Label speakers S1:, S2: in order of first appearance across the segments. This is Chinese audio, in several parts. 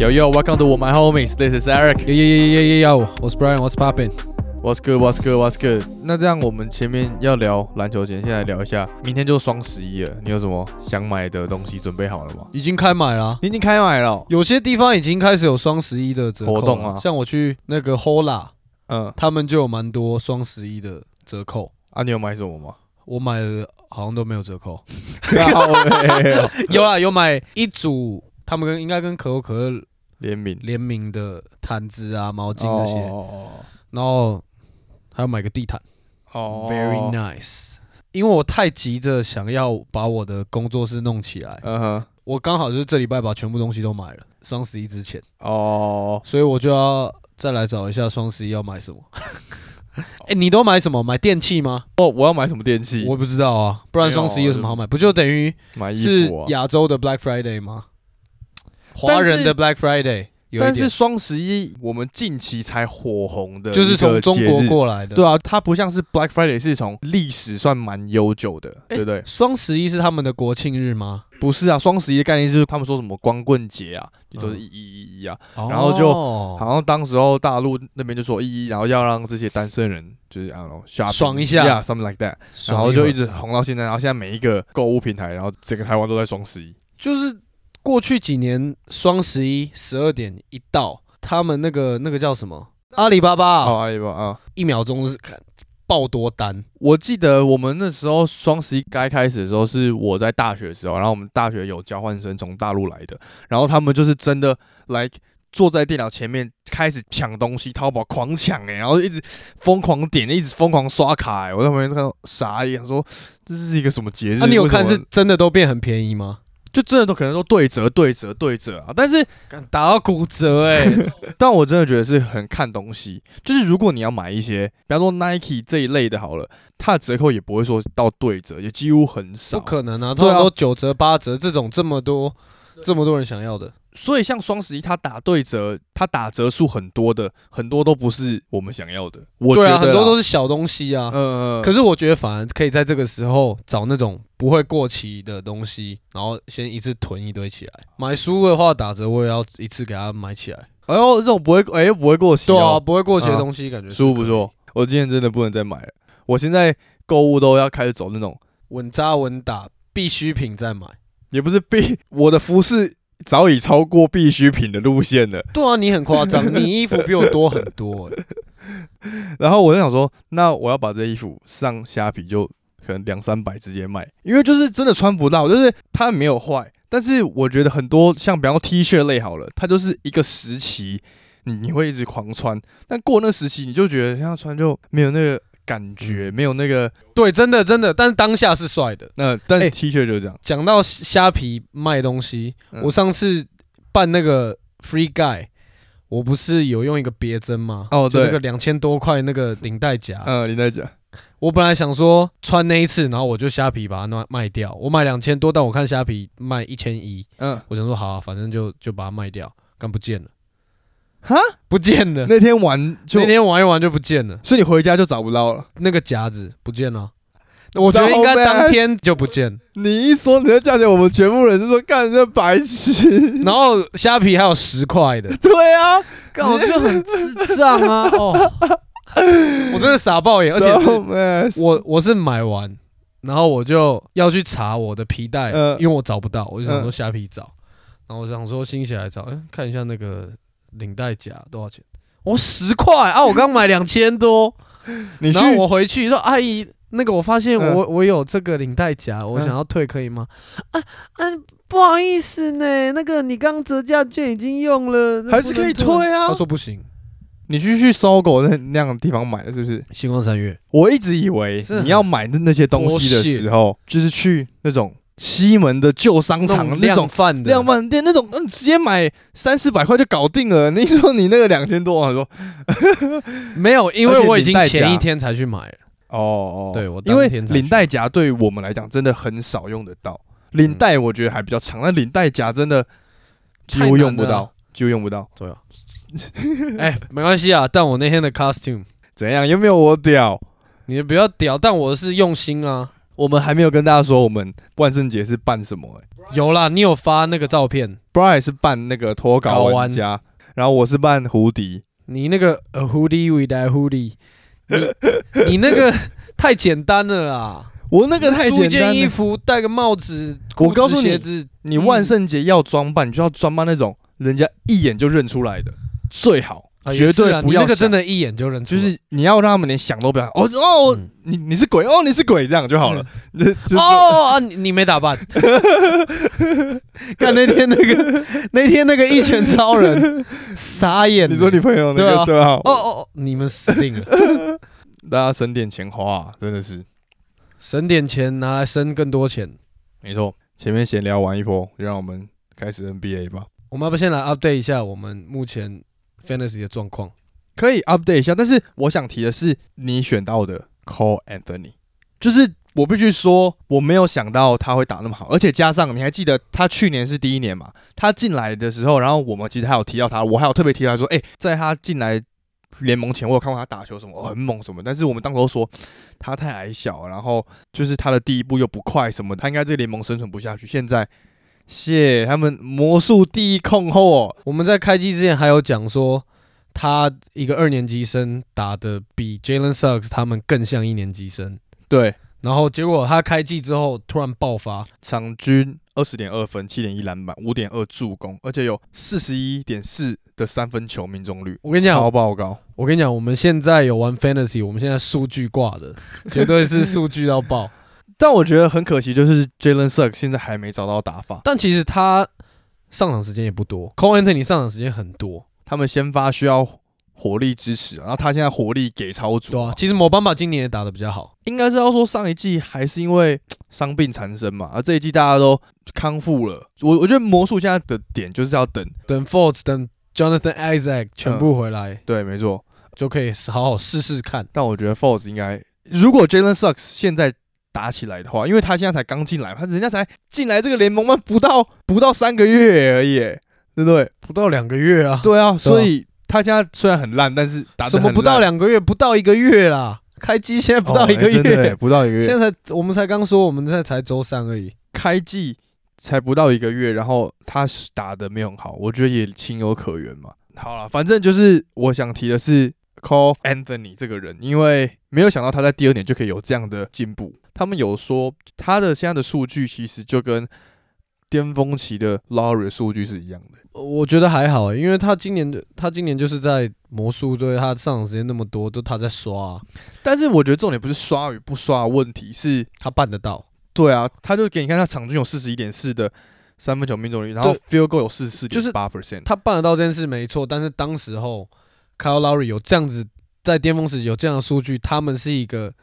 S1: Yo yo, welcome to my homies. This is Eric.
S2: 耶耶耶耶耶呀！我是 Brian，我是 Poppin。
S1: What's good? What's good? What's good? 那这样，我们前面要聊篮球前，先来聊一下，明天就双十一了，你有什么想买的东西准备好了吗？
S2: 已经开买了啊、
S1: 你已经开买了哦、
S2: 有些地方已经开始有双十一的折扣了
S1: 活动啊
S2: 像我去那个 Hola，
S1: 嗯，
S2: 他们就有蛮多双十一的折扣，
S1: 啊，你有买什么吗？
S2: 我买的好像都没有 折扣。
S1: 靠北哦
S2: 有啊，有买一组，他们跟应该跟可口可乐
S1: 联名
S2: 联名的毯子啊、毛巾那些，
S1: 哦
S2: 然后还要买个地毯、
S1: 哦
S2: v e r y nice。因为我太急着想要把我的工作室弄起来，
S1: 嗯哼，
S2: 我刚好就是这礼拜把全部东西都买了，双十一之前。
S1: 哦，
S2: 所以我就要再来找一下双十一要买什 么。哎、你都买什么？买电器吗？
S1: 哦，我要买什么电器？
S2: 我不知道啊，不然双十一有什么好买？不就等于
S1: 买衣
S2: 是
S1: 服啊。
S2: 亚洲的 Black Friday 吗？
S1: 但
S2: 华
S1: 是
S2: 人的 Black Friday 有一
S1: 但是
S2: 点，
S1: 双十一我们近期才火红的，
S2: 就是从中国。过来的。
S1: 对啊，它不像是 Black Friday，是从历史算蛮悠久的，对不对？
S2: 双十一是他们的国庆日吗？
S1: 不是啊，双十一的概念就是他们说什么光棍节啊，
S2: 嗯
S1: 都是一一一一啊，
S2: 然
S1: 然后就
S2: 好
S1: 好像当时候大陆那边就说一一，然后要让这些单身人就是啊
S2: 爽一下
S1: ，yeah，something like that，然后就一直红到现在，然后现在每一个购物平台，然后整个台湾都在双十一，
S2: 就是过去几年双十一十二点一到，他们那个那个叫什么阿里巴巴啊、
S1: 好阿里巴巴啊。
S2: 一秒钟是看爆多单，
S1: 我记得我们那时候双十一该开始的时候，是我在大学的时候，然后我们大学有交换生从大陆来的，然后他们就是真的来坐在电脑前面开始抢东西，淘宝狂抢哎、然后一直疯狂点，一直疯狂刷卡哎、我在旁边看到傻眼，说这是一个什么节日？
S2: 啊那、你有
S1: 为什么
S2: 看是真的都变很便宜吗？
S1: 就真的都可能都对折对折对折啊，但是
S2: 打到骨折哎、
S1: 但我真的觉得是很看东西，就是如果你要买一些，比方说 Nike 这一类的好了，它的折扣也不会说到对折，也几乎很少，
S2: 不可能啊！
S1: 对
S2: 通
S1: 啊
S2: 常都九折八折这种这么多这么多人想要的，
S1: 所以像双十一，它打对折，它打折数很多的，很多都不是我们想要的。我觉
S2: 对
S1: 得
S2: 啊，很多都
S1: 是
S2: 是小东西啊。
S1: 嗯，
S2: 可
S1: 是
S2: 是我觉得反而可以在这个时候找那种不会过期的东西，然后先一次囤一堆起来。买书的话打折，我也要一次给它买起来。
S1: 哎呦，这种不会哎不会过期、
S2: 对啊，
S1: 哦，
S2: 不会过期的东西感觉是
S1: 舒不错。我今天真的不能再买了，我现在购物都要开始走那种，
S2: 稳扎稳打，必需品再买。
S1: 也不是必 我的服饰早已超过必需品的路线了。
S2: 对啊，你很夸张，你衣服比我多很多、欸。
S1: 然后我就想说，那我要把这衣服上虾皮就可能两三百直接卖，因为就是真的穿不到，就是它没有坏，但是我觉得很多像比方说 T 恤类好了，它就是一个时期，你你会一直狂穿，但过那时期你就觉得像穿就没有那个感觉，没有那个
S2: 对，真的真的，但是当下是帅的。
S1: 那、但是
S2: 哎
S1: T 恤就是这样，
S2: 讲到虾皮卖东西，
S1: 嗯
S2: 我上次办那个 Free Guy，我不是有用一个别针吗？
S1: 哦
S2: 就
S1: 对
S2: 那个两千多块那个领带夹，
S1: 嗯，你在讲，
S2: 我本来想说穿那一次，然后我就虾皮把它卖卖掉，我买两千多，但我看虾皮卖一千一，
S1: 嗯，
S2: 我想说好啊、反正就就把它卖掉，干不见了，
S1: 哈，
S2: 不见了，
S1: 那天玩就
S2: 那，天玩一玩就不见了，
S1: 所以你回家就找不到了。
S2: 那个夹子不见了，我觉得应该当天就不见了。
S1: 你一说你的价钱，我们全部人就说干这白痴，
S2: 然后虾皮还有十块的，
S1: 对啊，
S2: 干我就很智障 啊！哦，我真的傻爆眼，而且是
S1: 且
S2: 我我是买完，然后我就要去查我的皮带，
S1: 嗯
S2: 因为我找不到，我就想
S1: 嗯
S2: 说虾皮找，然后我想说心血来潮，哎、看一下那个领带夹多少钱，我十块啊，我刚买两千 多，
S1: 你去
S2: 然后我回去说阿姨。那个，我发现
S1: 嗯
S2: 我、我有这个领带夹，我
S1: 嗯
S2: 想要退，可以吗？啊啊，不好意思呢，那个你刚折价券已经用了，那
S1: 还是
S2: 不能
S1: 可以退啊
S2: 他说不行，
S1: 你去去搜狗那那样的地方买的，是不是？
S2: 星光三月，
S1: 我一直以为
S2: 是很
S1: 你要买那那些东西的时候，就是去那种西门的旧商场那
S2: 那种
S1: 种
S2: 量贩的，
S1: 量贩店，那种嗯，直接买三四百块就搞定了。你说你那个两千多，我说
S2: 没有，因为我已经
S1: 而且领带夹
S2: 前一天才去买 了，
S1: 哦哦，
S2: 对我
S1: 因为
S2: 当天才去
S1: 领带夹对于我们来讲真的很
S2: 嗯
S1: 少用得到，领带我觉得还比较长，但领带夹真的几乎用不
S2: 太难了
S1: 到
S2: 啊。
S1: 就用不到。
S2: 对啊，哎，没关系啊。但我那天的 costume，
S1: 怎样？有没有我屌？
S2: 你不要屌，但我是用心啊。
S1: 我们还没有跟大家说我们万圣节是办什么、欸。
S2: 有啦，你有发那个照片，
S1: Brian 是扮那个脱稿玩家，然后我是扮胡迪。
S2: 你那个呃 hoodie with a hoodie，你 你那个 太简单了啦。
S1: 我那个太
S2: 租一
S1: 简
S2: 件
S1: 单
S2: 衣
S1: 了。
S2: 服，戴个帽子，
S1: 我
S2: 裤子
S1: 告诉你
S2: 鞋子，
S1: 你万圣节要装扮，你就要装扮那种人家一眼就认出来的，最好，
S2: 啊也
S1: 绝
S2: 是啊
S1: 对不
S2: 你
S1: 要
S2: 那个真
S1: 的，
S2: 的，一眼就认出
S1: 就
S2: 来，
S1: 是你要让他们连想都不要。哦哦
S2: 嗯，
S1: 你你是鬼哦，你是鬼，这样就好了。就就
S2: 哦啊，你你没 打扮。看那天那个那天那个一拳超人，傻眼。
S1: 你说女朋友那
S2: 对
S1: 个
S2: 啊
S1: 对啊，
S2: 哦哦，哦你们死定了，
S1: 大家省点钱花、啊，真的是
S2: 省点钱拿来生更多钱。
S1: 没错。前面闲聊完一波，就让我们开始 NBA 吧。
S2: 我们要不先来 update 一下我们目前 fantasy 的状况？
S1: 可以 update 一下，但是我想提的是，你选到的 Cole Anthony，就是我必须说，我没有想到他会打那么好，而且加上你还记得他去年是第一年嘛，他进来的时候，然后我们其实还有提到他，我还有特别提到他说，哎、在他进来联盟前，我有看过他打球什么、哦很猛什么，但是我们当时都说他太矮小，然后就是他的第一步又不快什么的，他应该这个联盟生存不下去。现在，谢他们魔术第一控后哦，
S2: 我们在开机之前还有讲说，他一个二年级生打的比 Jalen Suggs 他们更像一年级生，
S1: 对，
S2: 然后结果他开季之后突然爆发，
S1: 场均二十点二分、七点一篮板、五点二助攻，而且有四十一点四的三分球命中率。
S2: 我跟你讲
S1: 超爆高，
S2: 我跟你讲，我们现在有玩 Fantasy，我们现在数据 挂的，绝对是数据到爆。
S1: 但我觉得很可惜，就是 Jalen s u c k 现在还没找到打法。
S2: 但其实他上场时间也不多 c o l Anthony 上场时间很多，
S1: 他们先发需要火力支持，啊然后他现在火力给超足。
S2: 对啊。其实摩班巴今年也打的比较好，
S1: 应该是要说上一季还是因为伤病缠身嘛，而这一季大家都康复了。我我觉得魔术现在的点就是要等，
S2: 等 Fords 等 Jonathan Isaac 全部回来，
S1: 对，没错。
S2: 就可以好好试试看。
S1: 但我觉得 Force 应该，如果 Jalen Sucks 现在打起来的话，因为他现在才刚进来嘛，他人家才进来这个联盟嘛，不到不到三个月而已，对不对？
S2: 不到两个月啊，
S1: 对啊，所以他现在虽然很烂，但是打得
S2: 什么
S1: 很
S2: 不到
S1: 烂
S2: 两个月，不到一个月啦，开机现在不
S1: 哦
S2: 到一个
S1: 哎真的
S2: 月，
S1: 耶不到一个月
S2: 现，在才我们才刚说，我们现在才周三而已。
S1: 开季才不到一个月，然后他打的没有很好，我觉得也情有可原嘛。好了，反正就是我想提的是 Call Anthony 这个人，因为没有想到他在第二年就可以有这样的进步。他们有说他的现在的数据其实就跟巅峰期的 Laurie 数据是一样的。
S2: 我觉得还好、欸因为他今年的他今年就是在魔术队，他上场时间那么多，都他在刷、啊，
S1: 但是我觉得重点不是刷与不刷的问题，是
S2: 他办得到。
S1: 对啊，他就给你看他场均有四十一点四的三分球命中率，然后 field goal 有四十四点八 percent，
S2: 他办得到这件事没错，但是当时候 Kyle Lowry 有这样子在巅峰时期有这样的数据，他们是一个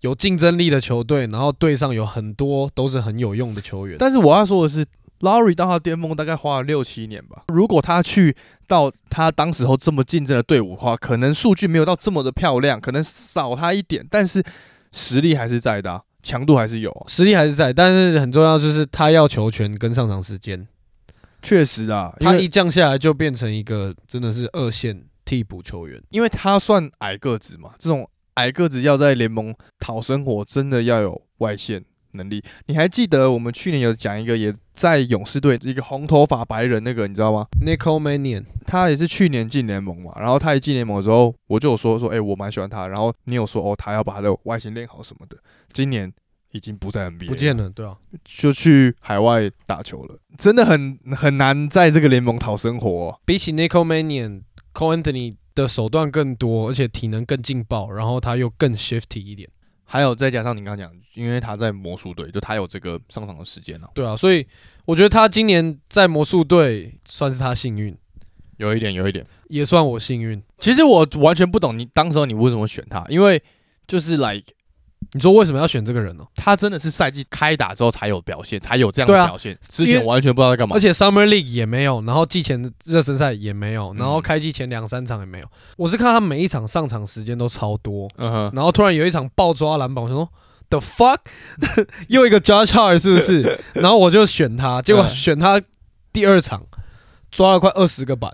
S2: 有竞争力的球队，然后队上有很多都是很有用的球员。
S1: 但是我要说的是，Lowry 到他巅峰大概花了六七年吧。如果他去到他当时候这么竞争的队伍的话，可能数据没有到这么的漂亮，可能少他一点，但是实力还是在的啊、强度还是有啊、
S2: 实力还是在，但是很重要就是他要球权跟上场时间，
S1: 确实啊，因
S2: 他
S1: 为
S2: 一降下来就变成一个真的是二线替补球员。
S1: 因为他算矮个子嘛，这种矮个子要在联盟讨生活，真的要有外线。能力，你还记得我们去年有讲一个也在勇士队一个红头发白人那个，你知道吗？
S2: Nicole Manion
S1: 他也是去年进联盟嘛，然后他一进联盟的时候，我就有说说，哎、我蛮喜欢他，然后你有说哦，他要把他的外形练好什么的，今年已经不在 NBA，
S2: 不见
S1: 了，
S2: 了，对啊，
S1: 就去海外打球了，真的很很难在这个联盟讨生活哦、
S2: 比起 Nicole Manion、Cole Anthony 的手段更多，而且体能更劲爆，然后他又更 shifty 一点。
S1: 还有再加上你刚刚讲，因为他在魔术队，就他有这个上场的时间了、
S2: 对啊，所以我觉得他今年在魔术队算是他幸运，
S1: 有一点，有一点。
S2: 也算我幸运。
S1: 其实我完全不懂你当时候你为什么选他，因为就是来
S2: 你说为什么要选这个人呢、
S1: 他真的是赛季开打之后才有表现，才有这样的
S2: 对啊
S1: 表现，之前完全不知道在干嘛
S2: 而。且 Summer League 也没有，然后季前热身赛也没有，
S1: 嗯
S2: 然后开季前两三场也没有。我是看他每一场上场时间都超多，
S1: 嗯哼，
S2: 然后突然有一场爆抓篮板，我想说 The fuck，又一个 Josh Hart 是不是？然后我就选他，结果选他第二场抓了快二十个板，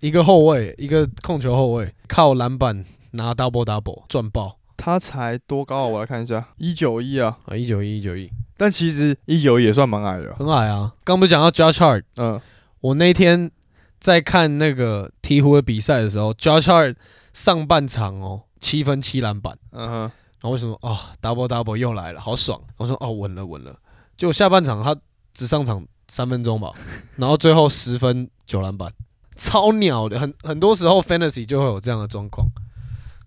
S2: 一个后卫，一个控球后卫，靠篮板拿 double double 赚爆
S1: 他才多高啊？我来看一下，一九一啊，
S2: 啊！一九一，一九一，
S1: 但其实一九一也算蛮矮的。
S2: 很矮啊！刚不是讲到 Josh Hart，
S1: 嗯，
S2: 我那天在看那个鹈鹕的比赛的时候，Josh Hart 上半场哦七分七篮板，
S1: 嗯哼，
S2: 然后为什么哦 double double 又来了，好爽！我说哦稳了稳了，结果下半场他只上场三分 钟吧，然后最后十分九篮板，超鸟的，很很多时候 fantasy 就会有这样的状况，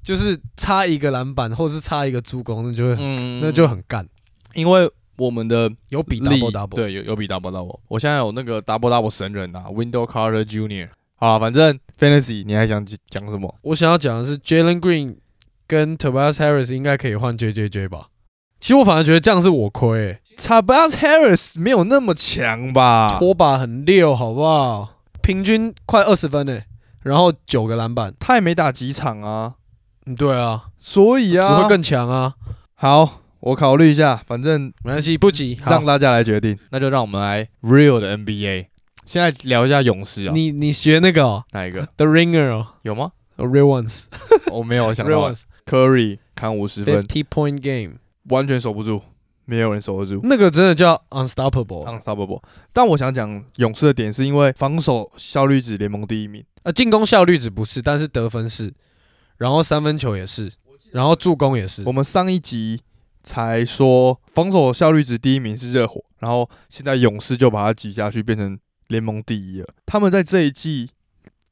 S2: 就是差一个篮板或是差一个助攻，那就会很、
S1: 嗯
S2: 那就很干，
S1: 因为我们的
S2: 有比
S1: 力
S2: double double
S1: 对，有有比 double double。我现在有那个 double double 神人啊，Window Carter Junior。好啦，反正 Fantasy 你还想讲什么？
S2: 我想要讲的是，Jalen Green 跟 Tobias Harris 应该可以换 J J J 吧。其实我反而觉得这样是我亏、欸，
S1: t o b i a Harris 没有那么强吧？
S2: 拖把很溜，好不好？平均快二十分呢、然后九个篮板，
S1: 他也没打几场啊，
S2: 嗯，对啊，
S1: 所以
S2: 只
S1: 啊
S2: 会，更强啊，
S1: 好，我考虑一下，反正
S2: 没关系，不急。好
S1: 让大家来决定。那就让我们来 real 的 NBA，先来聊一下勇士啊，
S2: 你你学那个、哦、
S1: 哪一个
S2: The Ringer 哦
S1: 有吗？
S2: 哦，Real Ones
S1: 我没有想
S2: Real
S1: 到
S2: Ones
S1: ，Curry 砍五十分，
S2: Fifty Point Game
S1: 完全守不住，没有人守得住。
S2: 那个真的叫 Unstoppable
S1: unstoppable。但我想讲勇士的点，是因为防守效率值联盟第一名，
S2: 啊，进攻效率值不是，但是得分是，然后三分球也是，然后助攻也是
S1: 我，们上一集才说防守效率值第一名是热火，然后现在勇士就把它挤下去，变成联盟第一了。他们在这一季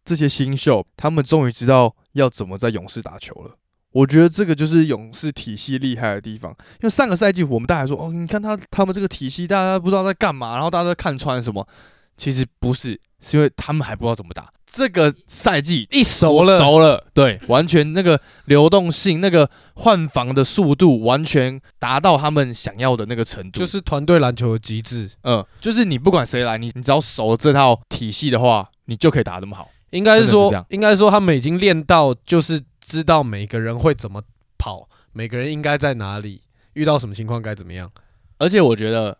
S1: 这些新秀，他们终于知道要怎么在勇士打球了。我觉得这个就是勇士体系厉害的地方，因为上个赛季我们大家说，哦，你看他他们这个体系，大家不知道在干嘛，然后大家都看穿什么，其实不是，是因为他们还不知道怎么打。这个赛季
S2: 一熟了，
S1: 熟了，对，完全那个流动性、那个换防的速度，完全达到他们想要的那个程度。
S2: 就是团队篮球的极致。
S1: 嗯，就是你不管谁来，你你只要熟这套体系的话，你就可以打得那么好。
S2: 应该
S1: 真
S2: 是
S1: 的
S2: 说，
S1: 是这样
S2: 应该说他们已经练到，就是知道每个人会怎么跑，每个人应该在哪里，遇到什么情况该怎么样。
S1: 而且我觉得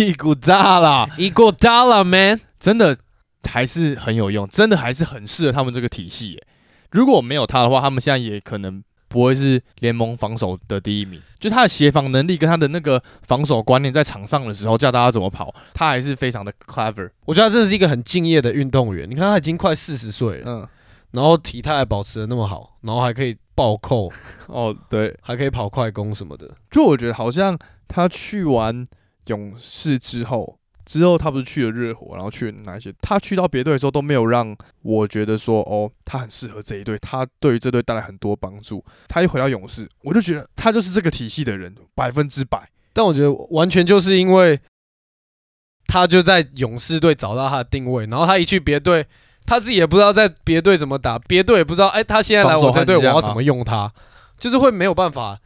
S1: 一股炸啦，
S2: 一过 dollar man，
S1: 真的还是很有用，真的还是很适合他们这个体系耶。如果没有他的话，他们现在也可能不会是联盟防守的第一名。就他的协防能力跟他的那个防守观念，在场上的时候教大家怎么跑，他还是非常的 clever。
S2: 我觉得他真的是一个很敬业的运动员。你看他已经快四十岁了，
S1: 嗯，
S2: 然后体态还保持的那么好，然后还可以暴扣，
S1: 哦，对，
S2: 还可以跑快攻什么的。
S1: 就我觉得好像他去完勇士之后，之后他不是去了热火，然后去了哪一些？他去到别队的时候都没有让我觉得说，哦，他很适合这一队，他对于这队带来很多帮助。他一回到勇士，我就觉得他就是这个体系的人，百分之百。
S2: 但我觉得完全就是因为他就在勇士队找到他的定位，然后他一去别队，他自己也不知道在别队怎么打，别队也不知道，哎，他现在来
S1: 防守
S2: 我这队
S1: 悍
S2: 我
S1: 将
S2: 要
S1: 啊
S2: 怎么用他，就是会没有办法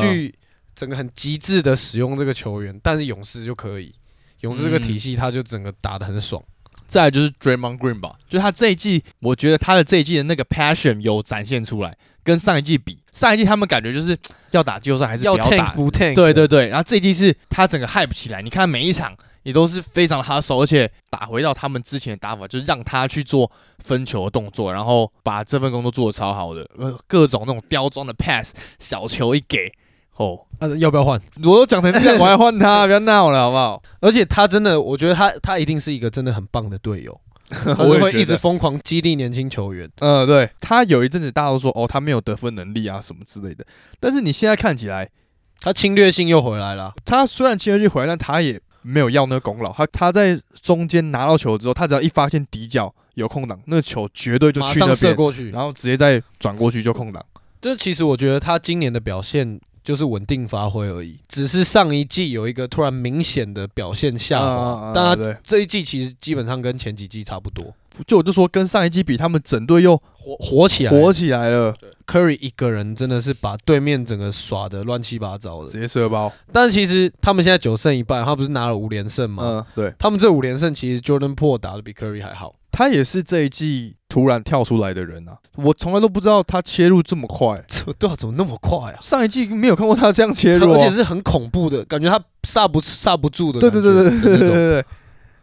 S1: 去
S2: 去整个很极致的使用这个球员，但是勇士就可以，勇士这个体系他就整个打得很爽，
S1: 再来就是 Draymond Green 吧，就他这一季，我觉得他的这一季的那个 passion 有展现出来，跟上一季比，上一季他们感觉就是要打季后赛还是
S2: 要
S1: 不
S2: tank
S1: 打，
S2: 不 tank，
S1: 对对对，然后这一季是他整个 hype 起来，你看每一场也都是非常的 hustle，而且打回到他们之前的打法，就是让他去做分球的动作，然后把这份工作做得超好的，呃，各种那种刁钻的 pass，小球一给，哦，
S2: 啊，要不要换？
S1: 我都讲成这样，我还换他，不要闹了好不好？
S2: 而且他真的，我觉得他他一定是一个真的很棒的 队友，他
S1: 我
S2: 是
S1: 也
S2: 会
S1: 觉
S2: 一直
S1: 得
S2: 疯狂激励年轻球员。
S1: 嗯，对他有一阵子大家都说哦，他没有得分能力啊什么之类的，但是你现在看起来，
S2: 他侵略性又回来了，
S1: 他虽然亲自去回来，但他也没有要那个功劳。他他在中间拿到球之后，他只要一发现底角有空档，那个球绝对就
S2: 马
S1: 去那
S2: 上射
S1: 边，
S2: 过去。
S1: 然后直接再转过去就空档。
S2: 这其实我觉得他今年的表现就是稳定发挥而已，只是上一季有一个突然明显的表现下
S1: 啊啊
S2: 滑
S1: 啊，
S2: 但
S1: 对
S2: 他这一季其实基本上跟前几季差不多，
S1: 就我就说跟上一季比，他们整队又
S2: 火火起来。
S1: 火起来了，
S2: Curry 一个人真的是把对面整个耍的乱七八糟的，
S1: 直接射包。
S2: 但其实他们现在九胜一败，他不是拿了五连胜吗？
S1: 嗯，对，
S2: 他们这五连胜其实 Jordan p o o 打的比 Curry 还好，
S1: 他也是这一季突然跳出来的人啊，我从来都不知道他切入这么快。
S2: 怎么对啊？怎么那么快啊？
S1: 上一季没有看过他这样切入、啊，
S2: 而且是很恐怖的感觉，他刹不刹不住的
S1: 对
S2: 感
S1: 对
S2: 觉
S1: 对
S2: 的那
S1: 对
S2: 种，
S1: 对对对对。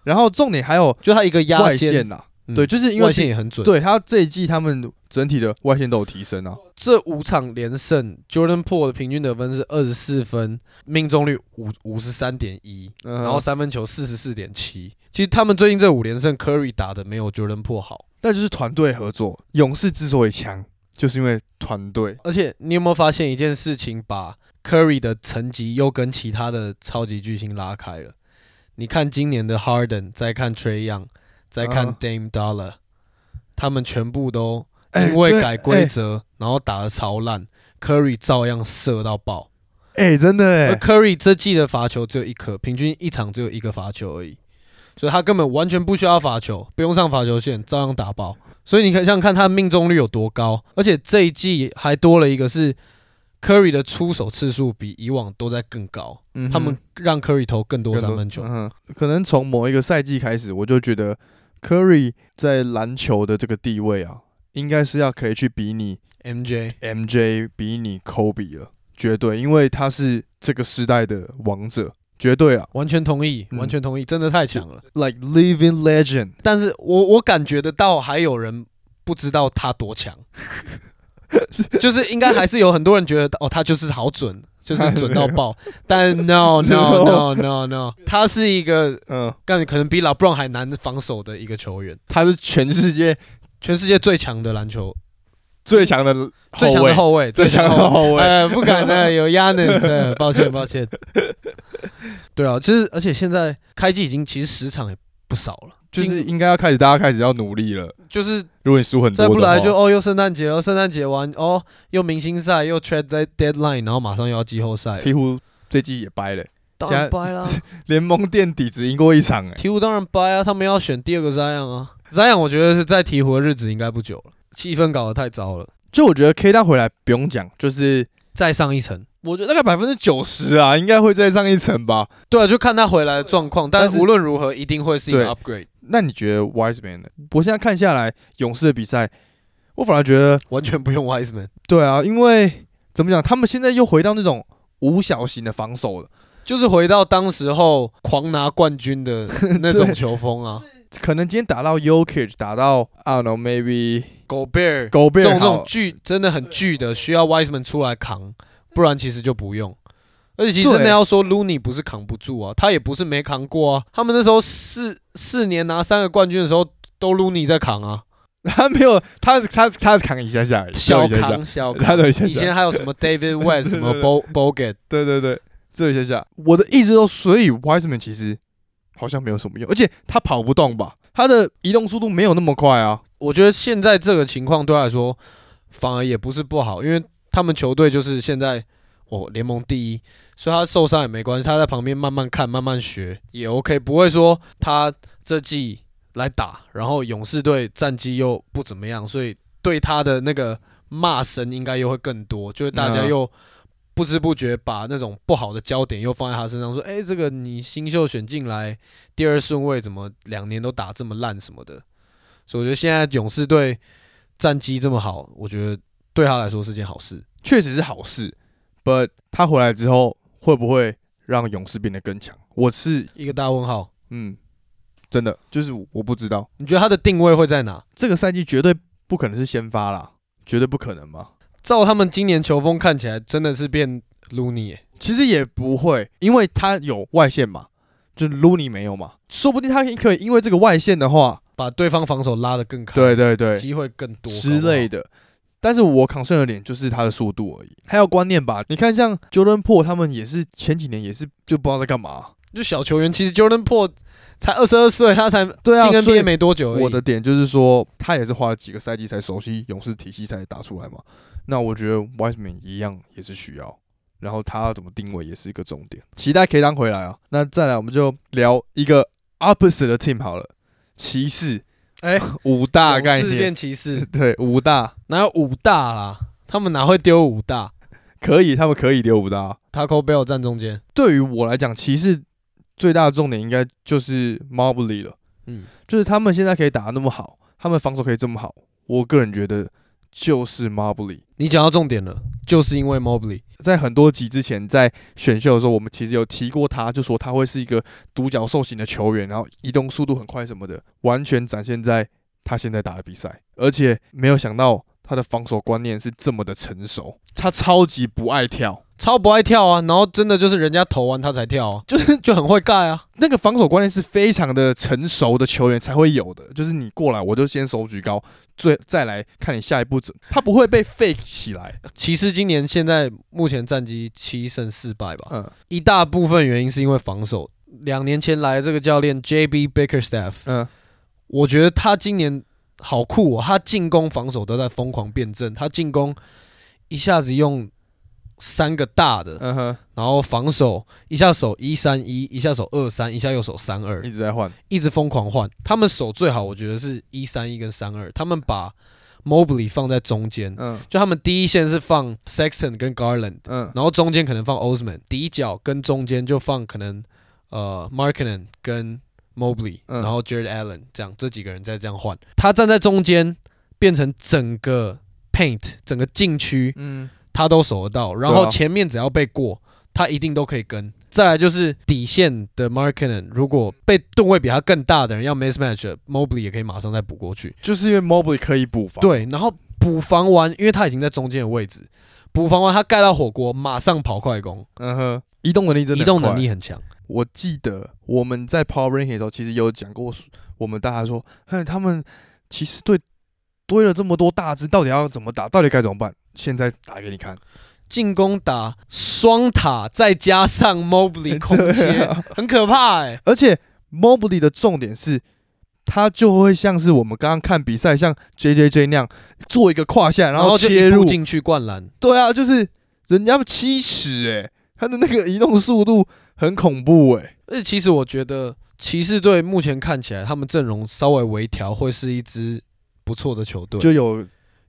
S1: 然后重点还有
S2: 就他一个
S1: 外
S2: 压肩
S1: 线呐、啊
S2: 嗯
S1: 对，就是因为
S2: 外线也很准。
S1: 对他这一季他们整体的外线都有提升啊，
S2: 这五场连胜，Jordan p o o 的平均得分是二十四分，命中率五五十三点一，
S1: 嗯然
S2: 然后三分球四十四点七。其实他们最近这五连胜，Curry 打的没有 Jordan p o o 好。
S1: 但就是团队合作，勇士之所以强，就是因为团队。
S2: 而且你有没有发现一件事情，把 Curry 的成绩又跟其他的超级巨星拉开了？你看今年的 Harden，再看 Trey Young，再看
S1: 啊
S2: Dame Dollar，、他们全部都
S1: 哎
S2: 因为
S1: 对
S2: 改规
S1: 哎
S2: 则，然后打得超烂，Curry 照样射到爆。
S1: 哎，真的
S2: 而
S1: 哎，
S2: Curry 这季的罚球只有一颗，平均一场只有一个罚球而已，所以他根本完全不需要罚球，不用上罚球线，照样打爆。所以你可以想想看他的命中率有多高，而且这一季还多了一个是 Curry 的出手次数比以往都在更高，
S1: 嗯哼
S2: 他们让 Curry 投更多三分球。
S1: 嗯哼，可能从某一个赛季开始，我就觉得 Curry 在篮球的这个地位啊，应该是要可以去比拟
S2: MJ
S1: MJ、比拟 Kobe 了，绝对，因为他是这个时代的王者，绝对啊
S2: 完全同意，
S1: 嗯
S2: 完全同意，真的太强了。
S1: ，like living legend。
S2: 但是我我感觉得到还有人不知道他多强， 就是应该还是有很多人觉得哦，他就是好准，就是准到 爆。但 no no no no no，他 是一个
S1: 嗯，
S2: 干可能比 LeBron 还难防守的一个球员，
S1: 他是全世界
S2: 全世界最强的篮球，
S1: 最强的
S2: 最强
S1: 后卫
S2: 的后卫，
S1: 最强的
S2: 卫。
S1: 后卫。
S2: 呃，不敢 的，有 Yanis，呃抱歉抱歉。对啊，其实而且现在开季已经其实十场也不少了，
S1: 就是应该要开始，大家开始要努力了。
S2: 就是
S1: 如果你输很多
S2: 再
S1: 的
S2: 不
S1: 话，
S2: 来就哦，又圣诞节了，圣诞节完哦，又明星赛，又 trade dead- deadline，然后马上又要季后赛了，
S1: 鹈鹕这季也掰了、
S2: 当然掰啦
S1: 联盟垫底只赢过一场、哎，
S2: 鹈鹕当然掰啊，他们要选第二个 Zion 啊，Zion 我觉得是在鹈鹕的日子应该不久了，气氛搞得太糟了，
S1: 就我觉得 K 他回来不用讲，就是
S2: 再上一层。
S1: 我觉得大概百分之九十啊，应该会再上一层吧。
S2: 对啊，就看他回来的状况，但
S1: 但
S2: 是
S1: 是
S2: 无论如何一定会是一个
S1: 对
S2: upgrade，
S1: 那你觉得 Wiseman 呢？我现在看下来，勇士的比赛，我反而觉得，
S2: 完全不用 Wiseman，
S1: 对啊，因为怎么讲，他们现在又回到那种五小型的防守了，
S2: 就是回到当时候狂拿冠军的 那种球风啊，
S1: 可能今天打到 Yokich，打到 I don't know maybe
S2: 狗贝尔
S1: 狗贝
S2: 这
S1: 尔
S2: 种这种
S1: 好
S2: 巨真的很巨的，需要 Wiseman 出来扛，不然其实就不用。而且其实真的
S1: 对
S2: 要说 l u n y 不是扛不住啊，他也不是没扛过啊。他们那时候四四年拿三个冠军的时候，都 l u n y 在扛啊，
S1: 他没有，他他他是扛一下下而已，
S2: 小
S1: 只有一下下，
S2: 扛 小扛。
S1: 他就一下
S2: 以
S1: 下
S2: 前，还有什么 David West 什么
S1: 对对
S2: Bo Bogut，
S1: 对对对，只有一下下。我的意思说，所以 Wiseman 其实好像没有什么用，而且他跑不动吧，他的移动速度没有那么快啊。
S2: 我觉得现在这个情况对他来说反而也不是不好，因为他们球队就是现在哦联盟第一，所以他受伤也没关系，他在旁边慢慢看、慢慢学也 OK，不会说他这季来打，然后勇士队战绩又不怎么样，所以对他的那个骂声应该又会更多，就是大家
S1: 嗯
S2: 又。不知不觉把那种不好的焦点又放在他身上，说：“哎、这个你新秀选进来第二顺位，怎么两年都打这么烂什么的？”所以我觉得现在勇士队战绩这么好，我觉得对他来说是件好事。
S1: 确实是好事，but 他回来之后会不会让勇士变得更强？我是
S2: 一个大问号，
S1: 嗯，真的就是我不知道，
S2: 你觉得他的定位会在哪？
S1: 这个赛季绝对不可能是先发啦，绝对不可能嘛。
S2: 照他们今年球风看起来，真的是变 l u n y
S1: 其实也不会，因为他有外线嘛，就是 Looney 没有嘛，说不定他可以因为这个外线的话，
S2: 把对方防守拉得更开，
S1: 对，对对，
S2: 机会更多
S1: 之类
S2: 的。
S1: 的。但是我 concern 的点就是他的速度而已，还有观念吧。你看，像 Jordan Po 他们也是前几年也是就不知道在干嘛。
S2: 就小球员，其实 Jordan p o o 才二十二岁，他才进
S1: 对啊，所
S2: NBA
S1: 以
S2: 没多久而已。
S1: 我的点就是说，他也是花了几个赛季才熟悉勇士体系才打出来嘛。那我觉得 Wiseman 一样也是需要，然后他要怎么定位也是一个重点。期待 K 当回来啊。那再来我们就聊一个 opposite 的 team 好了，骑士
S2: 哎，
S1: 五大概
S2: 勇士
S1: 念，
S2: 变骑士，
S1: 对五大
S2: 哪有五大啦？他们哪会丢五大
S1: 可以，他们可以留五大啊。
S2: ？Taco Bell 站中间，
S1: 对于我来讲，骑士最大的重点应该就是 Mobley 了。
S2: 嗯，
S1: 就是他们现在可以打得那么好，他们防守可以这么好，我个人觉得就是 Mobley。
S2: 你讲到重点了，就是因为 Mobley。
S1: 在很多集之前，在选秀的时候，我们其实有提过他，就说他会是一个独角兽型的球员，然后移动速度很快什么的，完全展现在他现在打的比赛，而且没有想到他的防守观念是这么的成熟，他超级不爱跳，
S2: 超不爱跳啊，然后真的就是人家投完他才跳啊，
S1: 就是
S2: 就很会盖啊。
S1: 那个防守观念是非常的成熟的球员才会有的，就是你过来我就先手举高，最再来看你下一步怎，他不会被 fake 起来。
S2: 骑士今年现在目前战绩七胜四败吧，
S1: 嗯
S2: 一大部分原因是因为防守。两年前来的这个教练 J.B. Bickerstaff，
S1: 嗯，
S2: 我觉得他今年好酷哦，他进攻、防守都在疯狂辩证。他进攻一下子用三个大的，
S1: 嗯哼，
S2: 然后防守一下手一三一，一下手二三，一下右手三二，
S1: 一直在换，
S2: 一直疯狂换。他们手最好，我觉得是一三一跟三二，他们把 Mobley 放在中间，
S1: 嗯
S2: 就他们第一线是放 Sexton 跟 Garland，
S1: 嗯
S2: 然后中间可能放 Osman，底角跟中间就放可能呃 m a r k a n e n 跟 Mobley，、
S1: 嗯
S2: 然后 Jared Allen 这样这几个人再这样换，他站在中间变成整个 paint 整个禁区
S1: 嗯，
S2: 他都守得到，然
S1: 对
S2: 后
S1: 啊
S2: 前面只要被过，他一定都可以跟。再来就是底线的 m a r k a n e n 如果被吨位比他更大的人要 mismatch 了 Mobley 也可以马上再补过去。
S1: 就是因为 Mobley 可以补防，，
S2: 对，然后补防完，因为他已经在中间的位置，补防完他盖到火锅，马上跑快攻，
S1: 嗯哼，移动能力真的
S2: 移
S1: 很
S2: 动
S1: 快
S2: 能力很强。
S1: 我记得我们在 Power Ranking 的时候，其实有讲过，我们大家说，哼，他们其实对堆了这么多大只，到底要怎么打，到底该怎么办？现在打给你看，
S2: 进攻打双塔，再加上 Mobley 空
S1: 对
S2: 切，
S1: 啊
S2: 很可怕 哎、
S1: 而且 Mobley 的重点是，他就会像是我们刚刚看比赛，像 J J J 那样做一个胯下，
S2: 然
S1: 后
S2: 就
S1: 切
S2: 一步
S1: 入，
S2: 进去灌篮，
S1: 对啊，就是人家七尺诶、他的那个移动速度很恐怖诶、
S2: 而且其实我觉得骑士队目前看起来，他们阵容稍微微调，会是一支不错的球队，
S1: 就有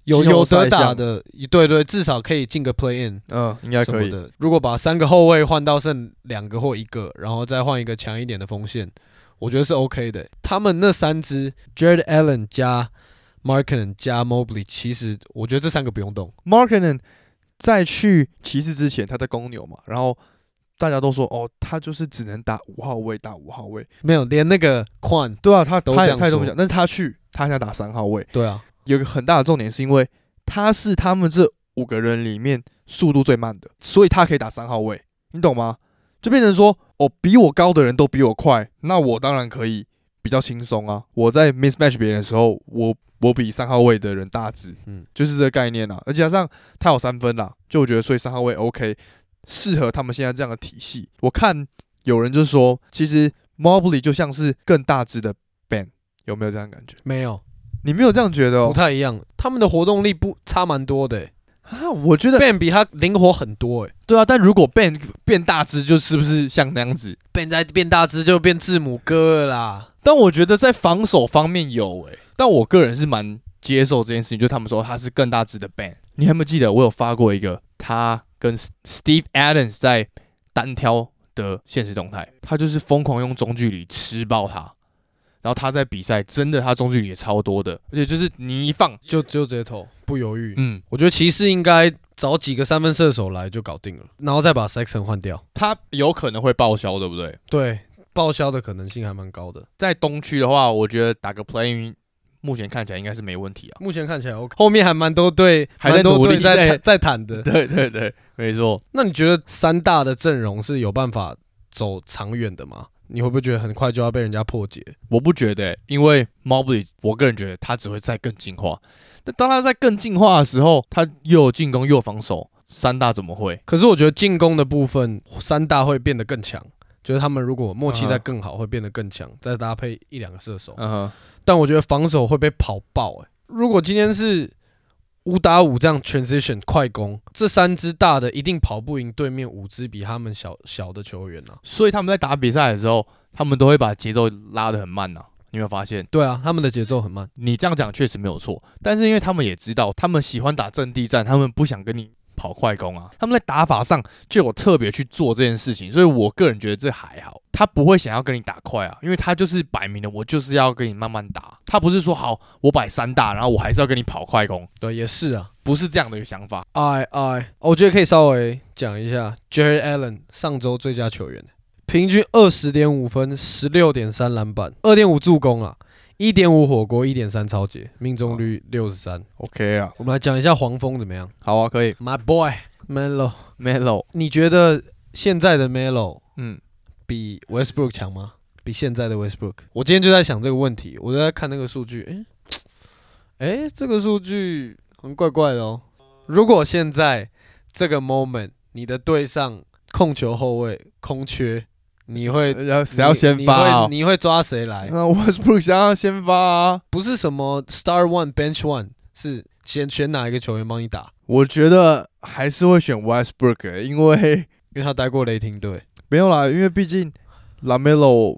S2: 有
S1: 季后
S2: 有
S1: 赛
S2: 得打
S1: 项
S2: 的，对对，至少可以进个 play in
S1: 嗯，应该
S2: 什
S1: 可
S2: 么
S1: 以，
S2: 的。如果把三个后卫换到剩两个或一个，然后再换一个强一点的锋线，我觉得是 OK 的。欸他们那三支 Jared Allen 加 m a r k a n 加 Mobley，其实我觉得这三个不用动。
S1: m a r k a n 在去骑士之前，他在公牛嘛，然后大家都说哦，他就是只能打五号位，打五号位，
S2: 没有，连那个 Quan，
S1: 对啊，他
S2: 都
S1: 他
S2: 这
S1: 也
S2: 样
S1: 太多
S2: 说
S1: 讲，但是他去他想打三号位，
S2: 对啊，
S1: 有一个很大的重点是因为他是他们这五个人里面速度最慢的，所以他可以打三号位，你懂吗？就变成说哦，比我高的人都比我快，那我当然可以比较轻松啊。我在 mismatch 别人的时候，我我比三号位的人大只，
S2: 嗯，
S1: 就是这个概念啦、啊而且加上他有三分啦、就我觉得所以三号位 OK，适合他们现在这样的体系。我看有人就说，其实 Mobley 就像是更大只的 Ben，有没有这样的感觉？
S2: 没有，
S1: 你没有这样觉得
S2: 不
S1: 哦？
S2: 太一样。他们的活动力不差蛮多的、欸、
S1: 啊，我觉得
S2: ，Ben 比他灵活很多、欸。
S1: 对啊，但如果 Ben 变大只，就是不是像那样子？
S2: Ben 再变大只就变字母哥了啦。
S1: 但我觉得在防守方面有诶、但我个人是蛮接受这件事情，就他们说他是更大只的 Ben。你还没有记得我有发过一个他跟 S- Steve Adams 在单挑的现实动态，他就是疯狂用中距离吃爆他，然后他在比赛真的他中距离也超多的，而且就是你一放，
S2: 就就直接投，不犹豫。
S1: 嗯，
S2: 我觉得骑士应该找几个三分射手来就搞定了，然后再把 Sexton 换掉。
S1: 他有可能会报销，对不对？
S2: 对，报销的可能性还蛮高的。
S1: 在东区的话，我觉得打个 play，目前看起来应该是没问题啊。
S2: 目前看起来 OK，后面还蛮多队，
S1: 还在
S2: 蛮多
S1: 努力
S2: 队在
S1: 在
S2: 谈 在谈的。
S1: 对对对，没错。
S2: 那你觉得三大的阵容是有办法走长远的吗？你会不会觉得很快就要被人家破解？
S1: 我不觉得欸、因为 Mobley，我个人觉得他只会再更进化。但当他在更进化的时候，他又有进攻又有防守，三大怎么会？
S2: 可是我觉得进攻的部分，三大会变得更强。就是他们如果默契再更好，会变得更强，再搭配一两个射手。
S1: 嗯哼，
S2: 但我觉得防守会被跑爆、欸。如果今天是五打五这样 transition 快攻，这三支大的一定跑不赢对面五支比他们小小的球员啊。
S1: 所以他们在打比赛的时候，他们都会把节奏拉得很慢呐、你有没有发现？
S2: 对啊，他们的节奏很慢。
S1: 你这样讲确实没有错，但是因为他们也知道，他们喜欢打阵地战，他们不想跟你跑快攻啊。他们在打法上就有特别去做这件事情，所以我个人觉得这还好。他不会想要跟你打快啊，因为他就是摆明了我就是要跟你慢慢打，他不是说好我摆三大，然后我还是要跟你跑快攻，
S2: 对，也是啊。
S1: 不是这样的一个想法。
S2: 哎哎，哦我觉得可以稍微讲一下 Jerry Allen 上周最佳球员，平均二十点五分，十六点三篮板，二点五助攻啊，一点五火锅，一点三超节，命中率六十三。
S1: OK 啊，
S2: 我们来讲一下黄蜂怎么样
S1: 好啊，可以。
S2: ，My boy Melo，
S1: Melo，
S2: 你觉得现在的 Melo
S1: 嗯，
S2: 比 Westbrook 强吗？比现在的 Westbrook？我今天就在想这个问题，我就在看那个数据，诶，诶，这个数据很怪怪的哦。如果现在这个 moment 你的队上控球后卫空缺，你会
S1: 然后呃谁要先发 啊
S2: 你？你会？你会抓谁来？
S1: 那 Westbrook 想要先发啊？
S2: 不是什么 Star One Bench One，是先选哪一个球员帮你打？
S1: 我觉得还是会选 Westbrook，、欸、因为
S2: 因为他待过雷霆队，
S1: 没有啦，因为毕竟 Lamelo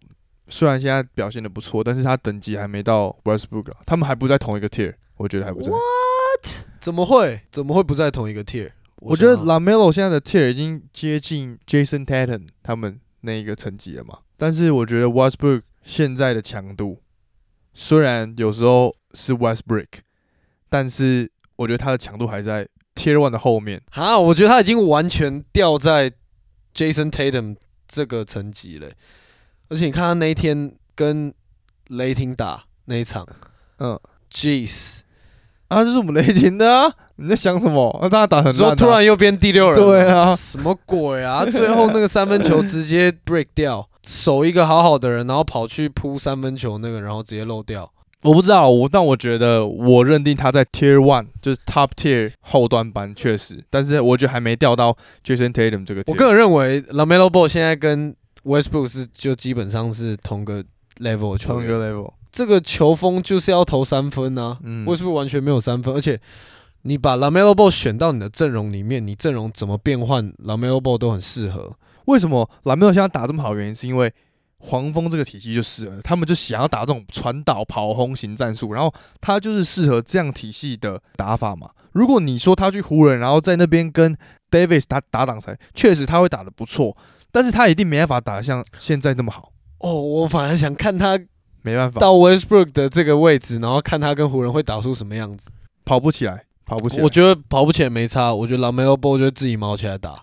S1: 虽然现在表现的不错，但是他等级还没到 Westbrook，啊他们还不在同一个 tier，我觉得还不在。
S2: 怎么会？怎么会不在同一个 tier？
S1: 我啊觉得
S2: 想要啊
S1: Lamelo 现在的 tier 已经接近 Jason Tatum 他们那一个层级了嘛，但是我觉得 Westbrook 现在的强度虽然有时候是 Westbrook，但是我觉得他的强度还在 tier one 的后面。
S2: 哈，我觉得他已经完全掉在 Jason Tatum 这个层级了。而且你看他那一天跟雷霆打那一场，
S1: 嗯，
S2: ，Jeez，
S1: 啊，就是我们雷霆的啊！你在想什么？那、大家打很烂、
S2: 说
S1: 啊，
S2: 突然又变第六人，
S1: 对啊
S2: 什么鬼啊？最后那个三分球直接 break 掉，守一个好好的人，然后跑去扑三分球那个，然后直接漏掉。
S1: 我不知道，我但我觉得我认定他在 Tier One 就是 Top Tier 后端班确实，但是我觉得还没掉到 Jason Tatum 这个 tier。
S2: 我个人认为 Lamelo Ball 现在跟 Westbrook 是就基本上是同个 level 的球
S1: 同一
S2: 员，
S1: 个 level，
S2: 这个球风就是要投三分啊。
S1: 嗯，
S2: 为什么完全没有三分？而且你把 Lamelo Ball 选到你的阵容里面，你阵容怎么变换，Lamelo Ball 都很适合。
S1: 为什么蓝没有现在打这么好？原因是因为黄蜂这个体系就适合他们，就想要打这种传导、跑轰型战术，然后他就是适合这样体系的打法嘛。如果你说他去湖人，然后在那边跟 Davis 打打挡拆，确实他会打得不错，但是他一定没办法打得像现在那么好，
S2: 哦，我反而想看他
S1: 没办法，
S2: 到 Westbrook 的这个位置，然后看他跟湖人会打出什么样子。
S1: 跑不起来，跑不起来，
S2: 我觉得跑不起来没差，我觉得 Lamelo Ball 就自己毛起来打，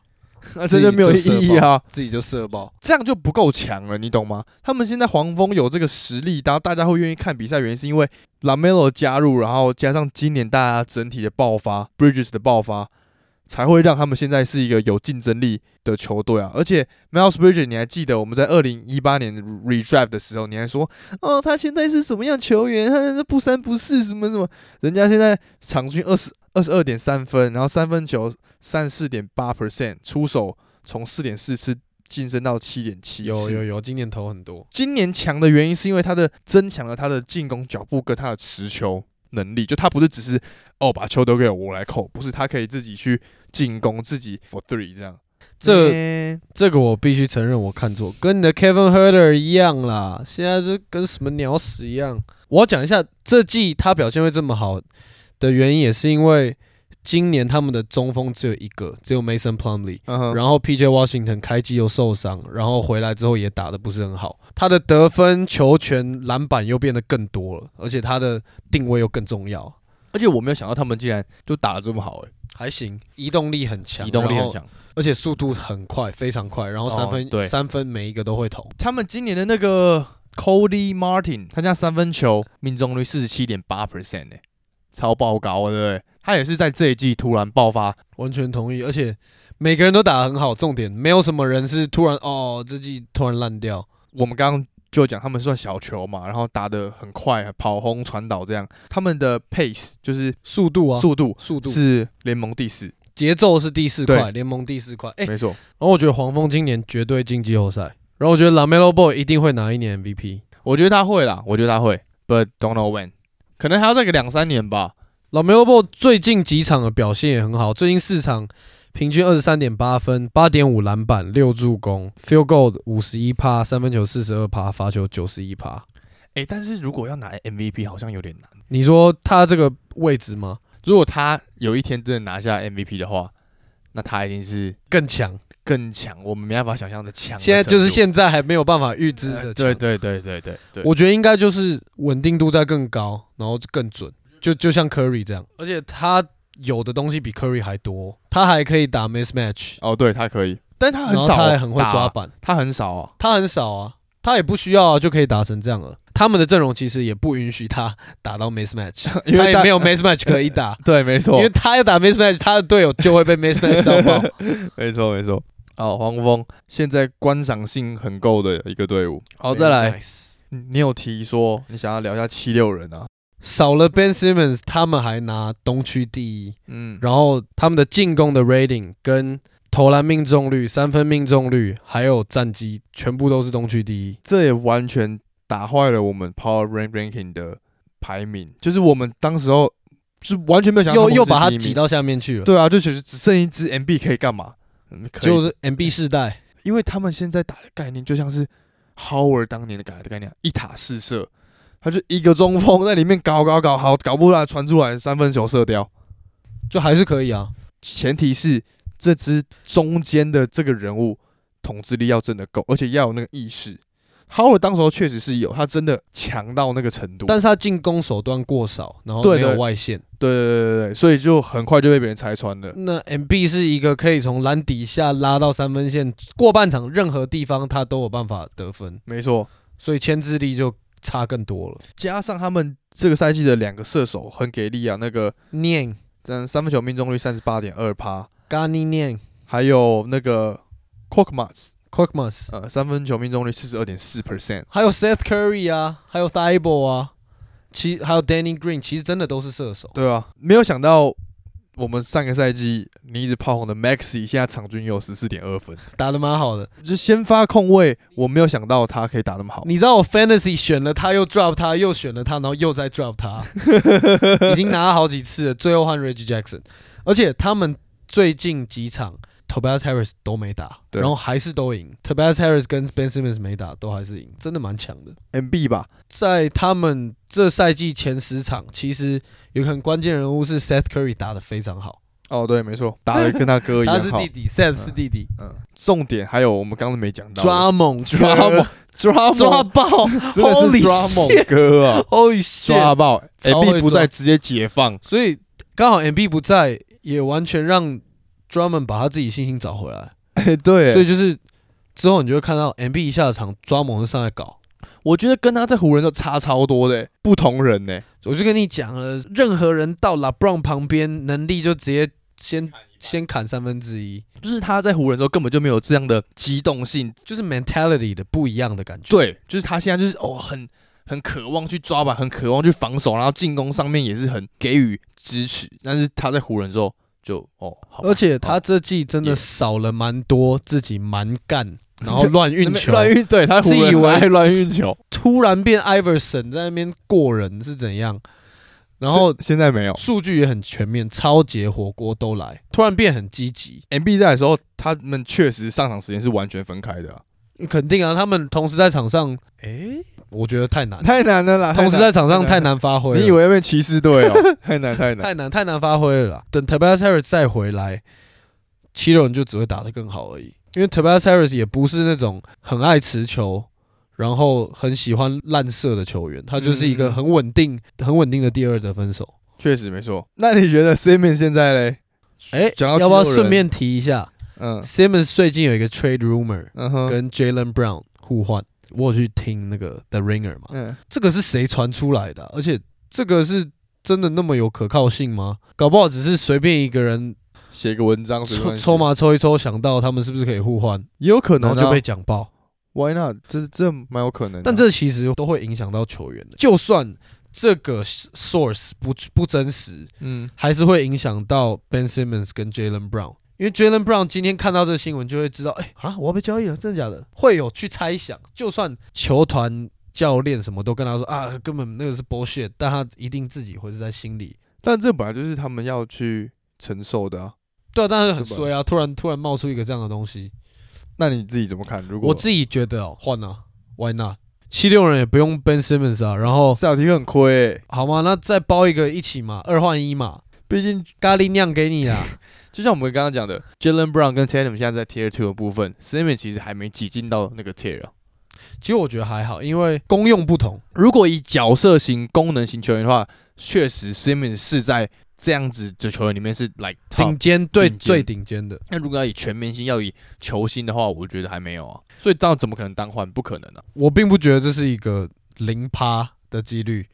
S1: 那啊这就没有意义啊，
S2: 自己就射爆。
S1: 这样就不够强了，你懂吗？他们现在黄蜂有这个实力，然后大家会愿意看比赛，原因是因为 Lamelo 加入，然后加上今年大家整体的爆发，Bridges 的爆发，才会让他们现在是一个有竞争力的球队啊。而且 Miles Bridges，你还记得我们在二零一八年 redraft 的时候，你还说哦，他现在是什么样球员？他那不三不四什么什么，人家现在场均二十二十二点三分，然后三分球三十四点八 percent，出手从四点四次晋升到七点七
S2: 有有有，今年投很多。
S1: 今年强的原因是因为他的增强了他的进攻脚步跟他的持球能力，就他不是只是哦把球丢给我我来扣，不是他可以自己去进攻，自己 for three 这样。
S2: 这
S1: 嗯
S2: 这个我必须承认我看错，跟你的 Kevin Herter 一样啦，现在就跟什么鸟屎一样。我要讲一下这季他表现会这么好的原因，也是因为今年他们的中锋只有一个，只有 Mason Plumlee，
S1: 嗯哼，
S2: 然后 P.J. Washington 开机又受伤，然后回来之后也打得不是很好，他的得分、球权、篮板又变得更多了，而且他的定位又更重要，
S1: 而且我没有想到他们竟然就打得这么好、欸，
S2: 还行，移动力很强，
S1: 移动力
S2: 然
S1: 很
S2: 后，
S1: 强。
S2: 而且速度很快，非常快，然后三
S1: 哦
S2: 分、
S1: 对
S2: 三分每一个都会投。
S1: 他们今年的那个 Cody Martin，他家三分球命中率四十七点八 percent 呢，超爆高啊，对不对？他也是在这一季突然爆发，
S2: 完全同意，而且每个人都打得很好，重点没有什么人是突然哦这季突然烂掉。
S1: 我们刚刚就讲他们算小球嘛，然后打得很快，跑轰、传导这样，他们的 pace 就是
S2: 速度啊，速
S1: 速度
S2: 速度
S1: 是联盟第四，
S2: 节奏是第四
S1: 对
S2: 块，联盟第四块。哎、
S1: 没错。
S2: 然后我觉得黄蜂今年绝对进季后赛，然后我觉得 Lamelo Ball 一定会拿一年 MVP。
S1: 我觉得他会啦，我觉得他会，but don't know when，可能还要再个两三年吧。
S2: Lamelo Ball 最近几场的表现也很好，最近四场平均二十三点八分、八点五篮板、六助攻，Field Goal 五十一趴，三分球四十二趴，罚球九十一趴。
S1: 诶，哎但是如果要拿 MVP 好像有点难。
S2: 你说他这个位置吗？
S1: 如果他有一天真的拿下 MVP 的话，那他一定是
S2: 更强，
S1: 更强，我们没办法想象的强的程度。
S2: 现在就是现在还没有办法预知
S1: 呃
S2: 的强。
S1: 对对对对对对，
S2: 我觉得应该就是稳定度在更高，然后更准，就就像 Curry 这样，而且他有的东西比 Curry 还多，他还可以打 mismatch，
S1: 哦，对他可以，但他
S2: 然
S1: 很
S2: 后
S1: 少，哦
S2: 他还很会抓，板，
S1: 他很少啊。
S2: 他很少啊，他也不需要啊，就可以打成这样了。他们的阵容其实也不允许他打到 mismatch，
S1: 因为
S2: 他也
S1: 大
S2: 没有 mismatch 可以打，
S1: 对，没
S2: 因
S1: 错
S2: 为，他要打 mismatch，他的队友就会被 mismatch 到爆。
S1: 没错，没错。好，黄国锋现在观赏性很够的一个队伍。 好，再
S2: Very
S1: 来，
S2: nice，
S1: 你你有提说你想要聊一下七六人啊？
S2: 少了 Ben Simmons，他们还拿东区第一，
S1: 嗯，
S2: 然后他们的进攻的 rating 跟投篮命中率、三分命中率还有战绩，全部都是东区第一。
S1: 这也完全打坏了我们 Power Rank Ranking 的排名，就是我们当时候是完全没有想到
S2: 又
S1: 们
S2: 又
S1: 是
S2: 把他
S1: 第一名
S2: 挤。到下面去了，
S1: 对啊，就其实只剩一支 MB 可以干嘛？嗯可以
S2: 就是 MB 世代，
S1: 因为他们现在打的概念就像是 Howard 当年的打的概念，啊一塔四射，他就一个中锋在里面搞搞搞，好搞不来传出来三分球射掉。
S2: 就还是可以啊。
S1: 前提是这支中间的这个人物统治力要真的够，而且要有那个意识。Howard 当时候确实是有，他真的强到那个程度，
S2: 但是他进攻手段过少，然后
S1: 对
S2: 没有
S1: 对
S2: 外线。
S1: 对对对对对，所以就很快就被别人拆穿了。
S2: 那 MB 是一个可以从篮底下拉到三分线，过半场任何地方他都有办法得分，
S1: 没错，
S2: 所以牵制力就差更多了。
S1: 加上他们这个赛季的两个射手很给力啊，那个
S2: 念
S1: 嗯三分球命中率三十八点二趴，
S2: g a n i 念
S1: 还有那个 c o c k m a s
S2: q u i c k m a s
S1: 呃，三分球命中率四十二点四 percent，
S2: 还有 Seth Curry 啊，还有 t h i b a l 啊，其还有 Danny Green，其实真的都是射手。
S1: 对啊，没有想到我们上个赛季你一直炮轰的 Maxi，现在场均也有十四点二分，
S2: 打得蛮好的。
S1: 就先发控卫，我没有想到他可以打那么好，
S2: 你知道我 Fantasy 选了他，又 drop 他，又选了他，然后又再 drop 他，已经拿了好几次了。最后换 Reggie Jackson，而且他们最近几场 Tobias Harris 都没打，
S1: 对
S2: 然后还是都赢。Tobias Harris 跟 Ben Simmons 没打，都还是赢，真的蛮强的。
S1: MB 吧，
S2: 在他们这赛季前十场，其实有个很关键人物是 Seth Curry 打得非常好，
S1: 哦对，没错，打的跟他哥一
S2: 他
S1: 样
S2: 是
S1: 好
S2: 弟，弟，Seth 是弟弟，
S1: 嗯，重点还有我们刚刚没讲到的
S2: 抓猛
S1: 抓猛抓
S2: 抓
S1: 抓
S2: 爆
S1: 真的是
S2: Holy
S1: 抓猛哥啊，
S2: ，Holy shit！
S1: 抓爆
S2: 超会抓
S1: ，MB 不再直接解放，
S2: 所以刚好 M B 不在，也完全让 Drummond 把他自己信心找回来。
S1: 哎 对，
S2: 所以就是之后你就会看到 M B 一下场抓猛就上来搞。
S1: 我觉得跟他在湖人都差超多的、欸不同人呢、
S2: 我就跟你讲了，任何人到 LeBron 旁边，能力就直接先先砍三分之一，
S1: 就是他在湖人的时候根本就没有这样的机动性。
S2: 就是 mentality 的不一样的感觉。，
S1: 对，就是他现在就是哦，很很渴望去抓板，很渴望去防守，然后进攻上面也是很给予支持。但是他在湖人的时候就哦，好吧
S2: 而且他这季真的
S1: 也
S2: 少了蛮多自己蛮干，然后乱运球，
S1: 乱运，对他湖人
S2: 自以为
S1: 很爱乱运球，
S2: 突然变 Iverson 在那边过人是怎样？ 然后
S1: 现在没有。
S2: 数据也很全面，超节火锅都来，突然变很积极，
S1: M B 在的时候，他们确实上场时间是完全分开的啊、
S2: 肯定啊，他们同时在场上，诶、我觉得啊太难，
S1: 太难了啦！
S2: 同时在场上
S1: 太
S2: 太
S1: 难
S2: 难发挥了，
S1: 你以为被骑士队 哦？太难太难。
S2: 太难太难发挥了啦等 Tobias Harris 再回来，七六人就只会打得更好而已，因为 Tobias Harris 也不是那种很爱持球。然后很喜欢烂射的球员，他就是一个
S1: 嗯
S2: 很稳定、很稳定的第二得分手。
S1: 确实没错。那你觉得 Simon 现在嘞？
S2: 哎，
S1: 讲到
S2: 要不要
S1: 七六人
S2: 顺便提一下
S1: 嗯
S2: ，Simmons 最近有一个 trade rumor，
S1: 嗯哼，
S2: 跟 Jalen Brown 互换。我有去听那个 The Ringer 嘛，
S1: 嗯，
S2: 这个是谁传出来的啊、而且这个是真的那么有可靠性吗？搞不好只是随便一个人
S1: 写个文章随便
S2: 抽
S1: 写
S2: 抽，嘛抽一抽，想到他们是不是可以互换，
S1: 也有可
S2: 然
S1: 能
S2: 后
S1: 啊
S2: 就被讲爆。
S1: Why not？这这蛮有可能的啊。
S2: 但这其实都会影响到球员的，就算这个 source 不不真实，
S1: 嗯，
S2: 还是会影响到 Ben Simmons 跟 Jalen Brown。因为 Jalen Brown 今天看到这个新闻，就会知道，哎、啊，我要被交易了，真的假的？会有去猜想，就算球团、教练什么都跟他说啊，根本那个是 bullshit，但他一定自己会是在心里。
S1: 但这本来就是他们要去承受的啊。
S2: 对啊，但是很
S1: 对吧
S2: 衰啊，突然突然冒出一个这样的东西，
S1: 那你自己怎么看？如果
S2: 我自己觉得哦，换啊，Why not？七六人也不用 Ben Simmons 啊，然后
S1: 塞尔提克很亏欸，
S2: 好嘛，那再包一个一起嘛，二换一嘛，
S1: 毕竟
S2: 咖喱酿给你啊。
S1: 就像我们刚刚讲的，Jalen Brown 跟 Tatum 现在在 Tier Two 的部分，Simon 其实还没挤进到那个 Tier 啊。
S2: 其实我觉得还好，因为功用不同。
S1: 如果以角色型、功能型球员的话，确实 Simon 是在这样子的球员里面是 like top
S2: 顶尖对
S1: 顶尖
S2: 最顶尖的。
S1: 那如果要以全明星，要以球星的话，我觉得还没有啊。所以这样怎么可能单换？不可能啊！
S2: 我并不觉得这是一个零趴的几率。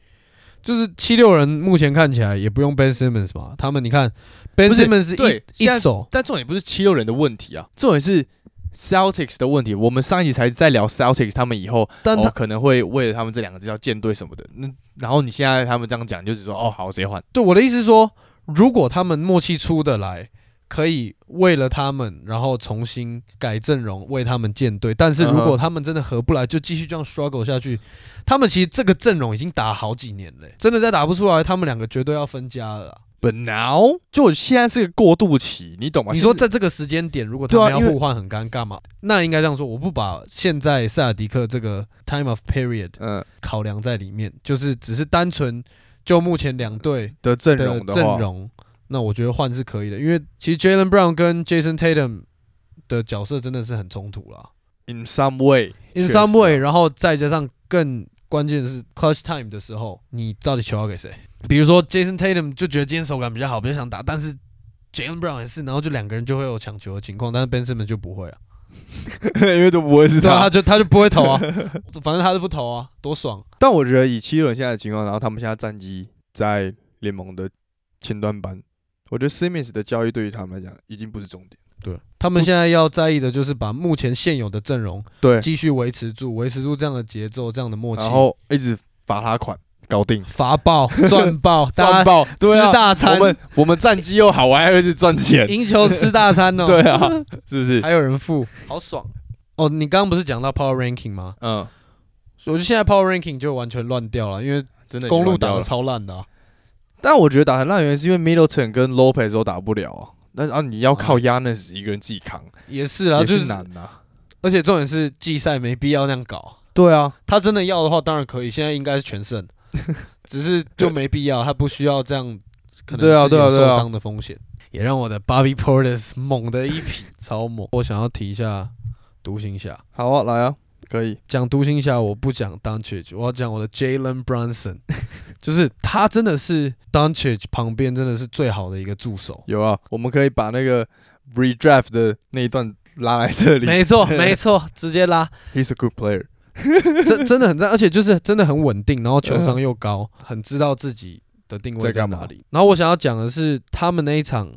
S2: 就是七六人目前看起来也不用 Ben Simmons 嘛，他们你看 Ben
S1: 不是
S2: Simmons
S1: 对
S2: 一
S1: 现在
S2: 一走，
S1: 但重点不是七六人的问题啊，重点是 Celtics 的问题。我们上一集才在聊 Celtics，他们以后
S2: 但他
S1: 哦、可能会为了他们这两个字要建队什么的。那然后你现在他们这样讲，你就只说哦好，谁换？
S2: 对我的意思是说，如果他们默契出得来，可以为了他们，然后重新改阵容，为他们建队。但是如
S1: 嗯
S2: 果
S1: 哼
S2: 他们真的合不来，就继续这样 struggle 下去，他们其实这个阵容已经打好几年了、真的再打不出来，他们两个绝对要分家了啦。
S1: But now，就现在是个过渡期，你懂吗？
S2: 你说
S1: 现在
S2: 在这个时间点，如果他
S1: 对啊
S2: 们要
S1: 因为
S2: 互换很尴尬嘛？那应该这样说，我不把现在塞尔迪克这个 time of period
S1: 嗯
S2: 考量在里面，就是只是单纯就目前两队
S1: 的阵
S2: 的
S1: 容的
S2: 阵
S1: 话，
S2: 容，那我觉得换是可以的，因为其实 Jalen Brown 跟 Jason Tatum 的角色真的是很冲突啦。
S1: in some way，
S2: In
S1: 确实啊
S2: some way，然后再加上更关键的是 clutch time 的时候，你到底球要给谁？比如说 Jason Tatum 就觉得今天手感比较好，比较想打，但是 Jalen Brown 也是，然后就两个人就会有抢球的情况，但是 Ben Simmons 就不 会啊，
S1: 因为都不会是
S2: 对啊，他
S1: 他。
S2: 就他就不会投 啊，反正他就不投啊，多爽！
S1: 但我觉得以七六人现在的情况，然后他们现在战绩在联盟的前段班，我觉得 Simmons 的交易对于他们来讲已经不是重点。
S2: 对他们现在要在意的就是把目前现有的阵容
S1: 对，
S2: 继续维持住，维持住这样的节奏，这样的默契。
S1: 然后一直罚他款，搞定。
S2: 罚爆、赚爆、大
S1: 赚
S2: 家
S1: 爆，对啊
S2: 吃，大
S1: 我
S2: 餐，
S1: 们我们战绩又好，我还会是赚 钱，
S2: 赢球吃大餐哦。
S1: 对，啊，是不是？
S2: 还有人付，好爽。哦，你刚刚不是讲到 Power Ranking 吗？
S1: 嗯，
S2: 所以我就现在 Power Ranking 就完全乱掉了，因为
S1: 真的已经
S2: 公路
S1: 乱掉
S2: 打
S1: 了
S2: 的超烂的、啊。
S1: 但我觉得打很烂的原因是因为 Middleton 跟 Lopez 都打不了啊。那啊，你要靠
S2: 哎
S1: Yanis 一个人自己扛，
S2: 也是啊，
S1: 也
S2: 就是是，
S1: 难呐、啊。
S2: 而且重点是季赛没必要那样搞。
S1: 对啊，
S2: 他真的要的话，当然可以，现在应该是 全胜，只是就没必要，他不需要这样，可能
S1: 对啊
S2: 自己
S1: 对啊
S2: 有
S1: 对啊
S2: 受伤的风险，也让我的 Bobby Portis 猛的一匹，超猛。我想要提一下独行侠，
S1: 好啊，来啊，可以。
S2: 讲独行侠，我不讲 Doncic，我要讲我的 Jalen Brunson，就是 他真的是 Doncic 旁边真的是最好的一个助手。
S1: 有啊，我们可以把那个 redraft 的那一段拉来这里。
S2: 没错，没错，直接拉，
S1: He's a good player。
S2: 真真的很赞，而且就是真的很稳定，然后球
S1: 嗯
S2: 商又 高，很知道自己的定位
S1: 在
S2: 在
S1: 干嘛
S2: 哪里。然后我想要讲的是，他们那一场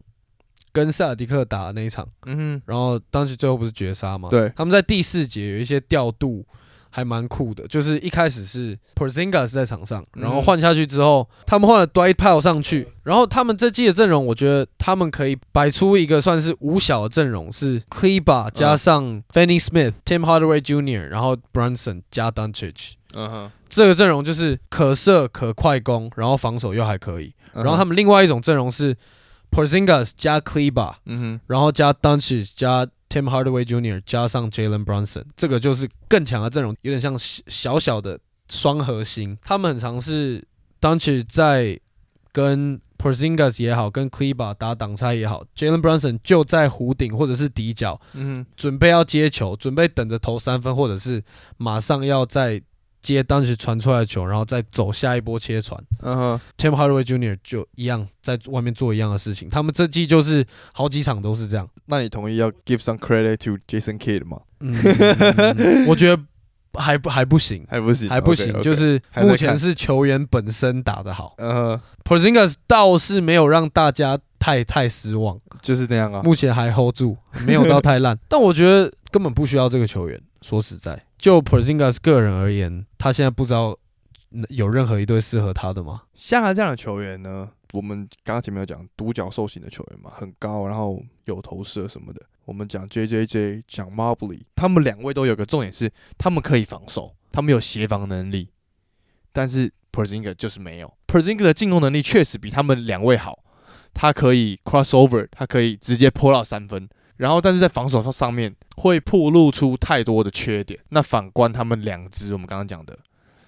S2: 跟塞尔迪克打的那一场，
S1: 嗯
S2: 然后当时最后不是绝杀嘛？
S1: 对
S2: 他们在第四节有一些调度还蛮酷的，就是一开始是 Porzinga 是在场上，
S1: 嗯
S2: 然后换下去之后，他们换了 d w i g h t Powell 上去，然后他们这季的阵容，我觉得他们可以摆出一个算是五小的阵容，是 c l e b
S1: 嗯
S2: a 加上 Fanny Smith、Tim Hardaway Jr.，然后 Brunson 加 Doncic。
S1: 哼，嗯哼。
S2: 这个阵容就是可射可快攻，然后防守又还可以。
S1: 嗯
S2: 然后他们另外一种阵容是 Porzingas 加 c l e b a
S1: 嗯
S2: 然后加 Doncic 加 Tim Hardaway Jr. 加上 Jalen Brunson，这个就是更强的阵容，有点像小小小的双核心。他们很常是 Doncic 在跟 Porzingis 也好，跟 c l e b a 打挡拆也好，Jalen Brunson 就在弧顶或者是底角，
S1: 哼，嗯
S2: 准备要接球，准备等着投三分，或者是马上要在接 Doncic 传出来的球，然后再走下一波切传。
S1: 哼，嗯哼，
S2: Tim Hardaway Jr. 就一样在外面做一样的事情，他们这季就是好几场都是这样。
S1: 那你同意要 give some credit to Jason Kidd 吗？
S2: 嗯，我觉得还不还不行，
S1: 还不行，啊
S2: 还不行
S1: OK，OK
S2: 就是
S1: 还在
S2: 目前
S1: 看
S2: 是球员本身打得好
S1: 嗯
S2: ，Porzingis 倒是没有让大家太太失望，
S1: 哼，就是那样啊。
S2: 目前还 hold 住，没有到 太烂，但我觉得根本不需要这个球员。说实在，就 Porzingis 个人而言，他现在不知道嗯有任何一队适合他的吗？
S1: 像他这样的球员呢，我们刚刚前面有讲独角兽型的球员嘛，很高，然后有投射什么的。我们讲 J J J，讲 Mobley，他们两位都有个重点是，他们可以防守，他们有协防能力，但是 Perzinga 就是没有。Perzinga 的进攻能力确实比他们两位好，他可以 crossover，他可以直接泼到三分。然后，但是在防守上面会暴露出太多的缺点。那反观他们两支，我们刚刚讲的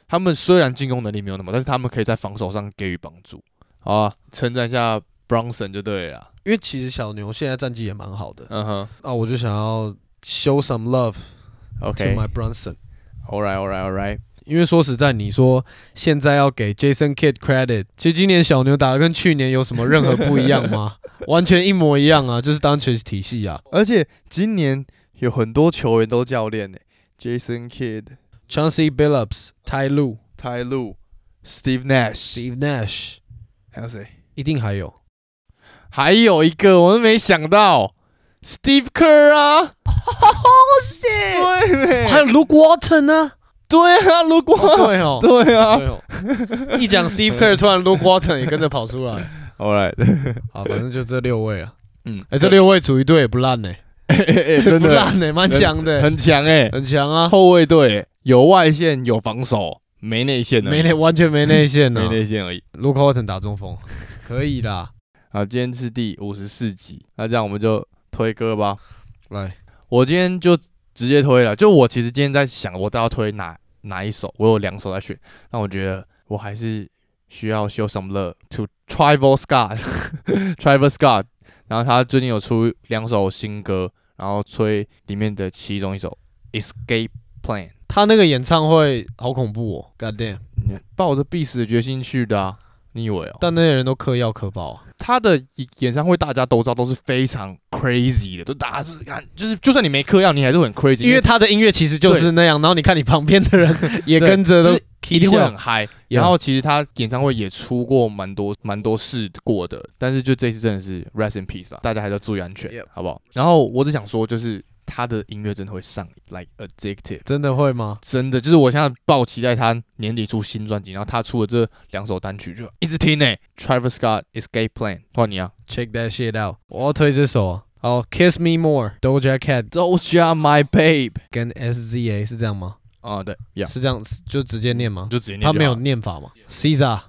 S1: 他们虽然进攻能力没有那么，但是他们可以在防守上给予帮助。好啊，称赞一下 Bronson 就对了啦。
S2: 因为其实小牛现在战绩也蛮好的
S1: 嗯哼
S2: 啊，我就想要 show some love to
S1: ，OK，All
S2: my Brunson。
S1: right，All right，All right。
S2: 因为说实在，你说现在要给 Jason Kidd credit，其实今年小牛打的跟去年有什么任何不一样吗？完全一模一样啊，就是当全体系啊。
S1: 而且今年有很多球员都教练呢、j a s o n Kidd、
S2: Chauncey Billups、Ty Lue、
S1: 泰路、Steve Nash，
S2: Steve Nash
S1: 还有谁？
S2: 一定还有
S1: 还有一个我都没想到，Steve Kerr 啊，对没
S2: 还有 Luke Walton 呢、
S1: 对啊，如果、
S2: 哦对哦，
S1: 对啊
S2: 对哦，一讲 Steve Kerr，突然 Luke Walton 也跟着跑出来。
S1: ，All right，
S2: 好，反正就这六位啊。
S1: 嗯，
S2: 哎、这六位组一队也不烂呢、
S1: 哎哎 哎 真
S2: 不
S1: 的
S2: 烂呢、蛮强的、
S1: 很强哎、
S2: 很强啊，
S1: 后卫队欸有外线有防守，没内线的，
S2: 没内完全没内线呢、
S1: 没
S2: 啊。
S1: 内线而已。
S2: Luke Walton 打中锋， 可以啦。
S1: 好，今天是第五十四集，那这样我们就推歌吧。
S2: 来，
S1: 我今天就直接推了，就我其实今天在想，我到底要推哪哪一首，我有两首在选，那我觉得我还是需要 show some love to Travis Scott，Travis Scott，然后他最近有出两首新歌，然后推里面的其中一首 Escape Plan，
S2: 他那个演唱会好恐怖哦，God damn！
S1: 你抱着必死的决心去的啊，你以为哦？
S2: 但那些人都嗑药嗑爆、啊，
S1: 他的演演唱会大家都知道都是非常 crazy 的，就大家是看，就是就算你没嗑药，你还是会很 crazy，
S2: 因为他的音乐其实就是那样，然后你看你旁边的 人也
S1: 对
S2: 跟着
S1: 就
S2: 都
S1: 是一定会
S2: 笑
S1: 很嗨。
S2: Yeah
S1: 然后其实他演唱会也出过蛮多蛮多事过的，但是就这次真的是 rest in peace 啊，大家还是要注意安全
S2: Yep
S1: 好不好？然后我只想说，就是他的音乐真的会上瘾，like addictive。
S2: 真的会吗？
S1: 真的就是我现在抱期待他年底出新专辑，然后他出了这两首单曲就一直听呢、Travis 欸 Scott Escape Plan，换你啊
S2: Check that shit out！我要推这首啊，好，Kiss Me More，Doja Cat
S1: ，Doja My Babe
S2: 跟 SZA 是这样吗？
S1: 啊，对，Yeah，
S2: 是这样，就直接念吗
S1: 你？就直接念就好
S2: 他没有念法吗？Caesar，Caesar，OK，、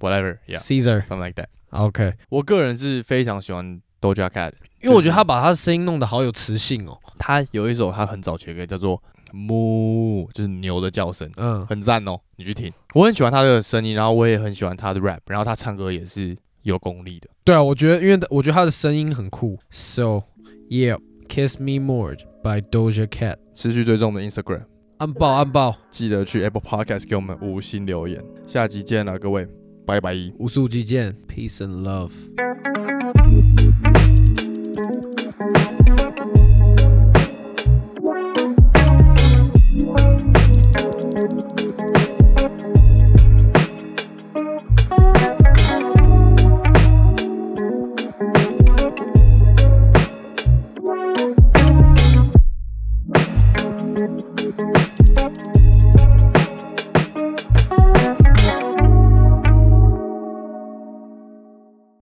S1: whatever，Yeah，something like that。
S2: OK
S1: 我个人是非常喜欢 Doja Cat，的
S2: 因为我觉得他把他的声音弄得好有磁性哦。
S1: 他有一首他很早期的歌叫做《moo》，就是牛的叫声，
S2: 嗯，
S1: 很赞哦，你去听。我很喜欢他的声音，然后我也很喜欢他的 rap，然后他唱歌也是有功力的。
S2: 对啊，我觉得，因为我觉得他的声音很酷。So yeah，Kiss Me More by Doja Cat，
S1: 持续追踪我们的 Instagram，
S2: 按爆按爆，
S1: 记得去 Apple Podcast 给我们五星留言。下集见了，各位，拜拜。
S2: 无数击剑，Peace and Love。
S3: Thank you.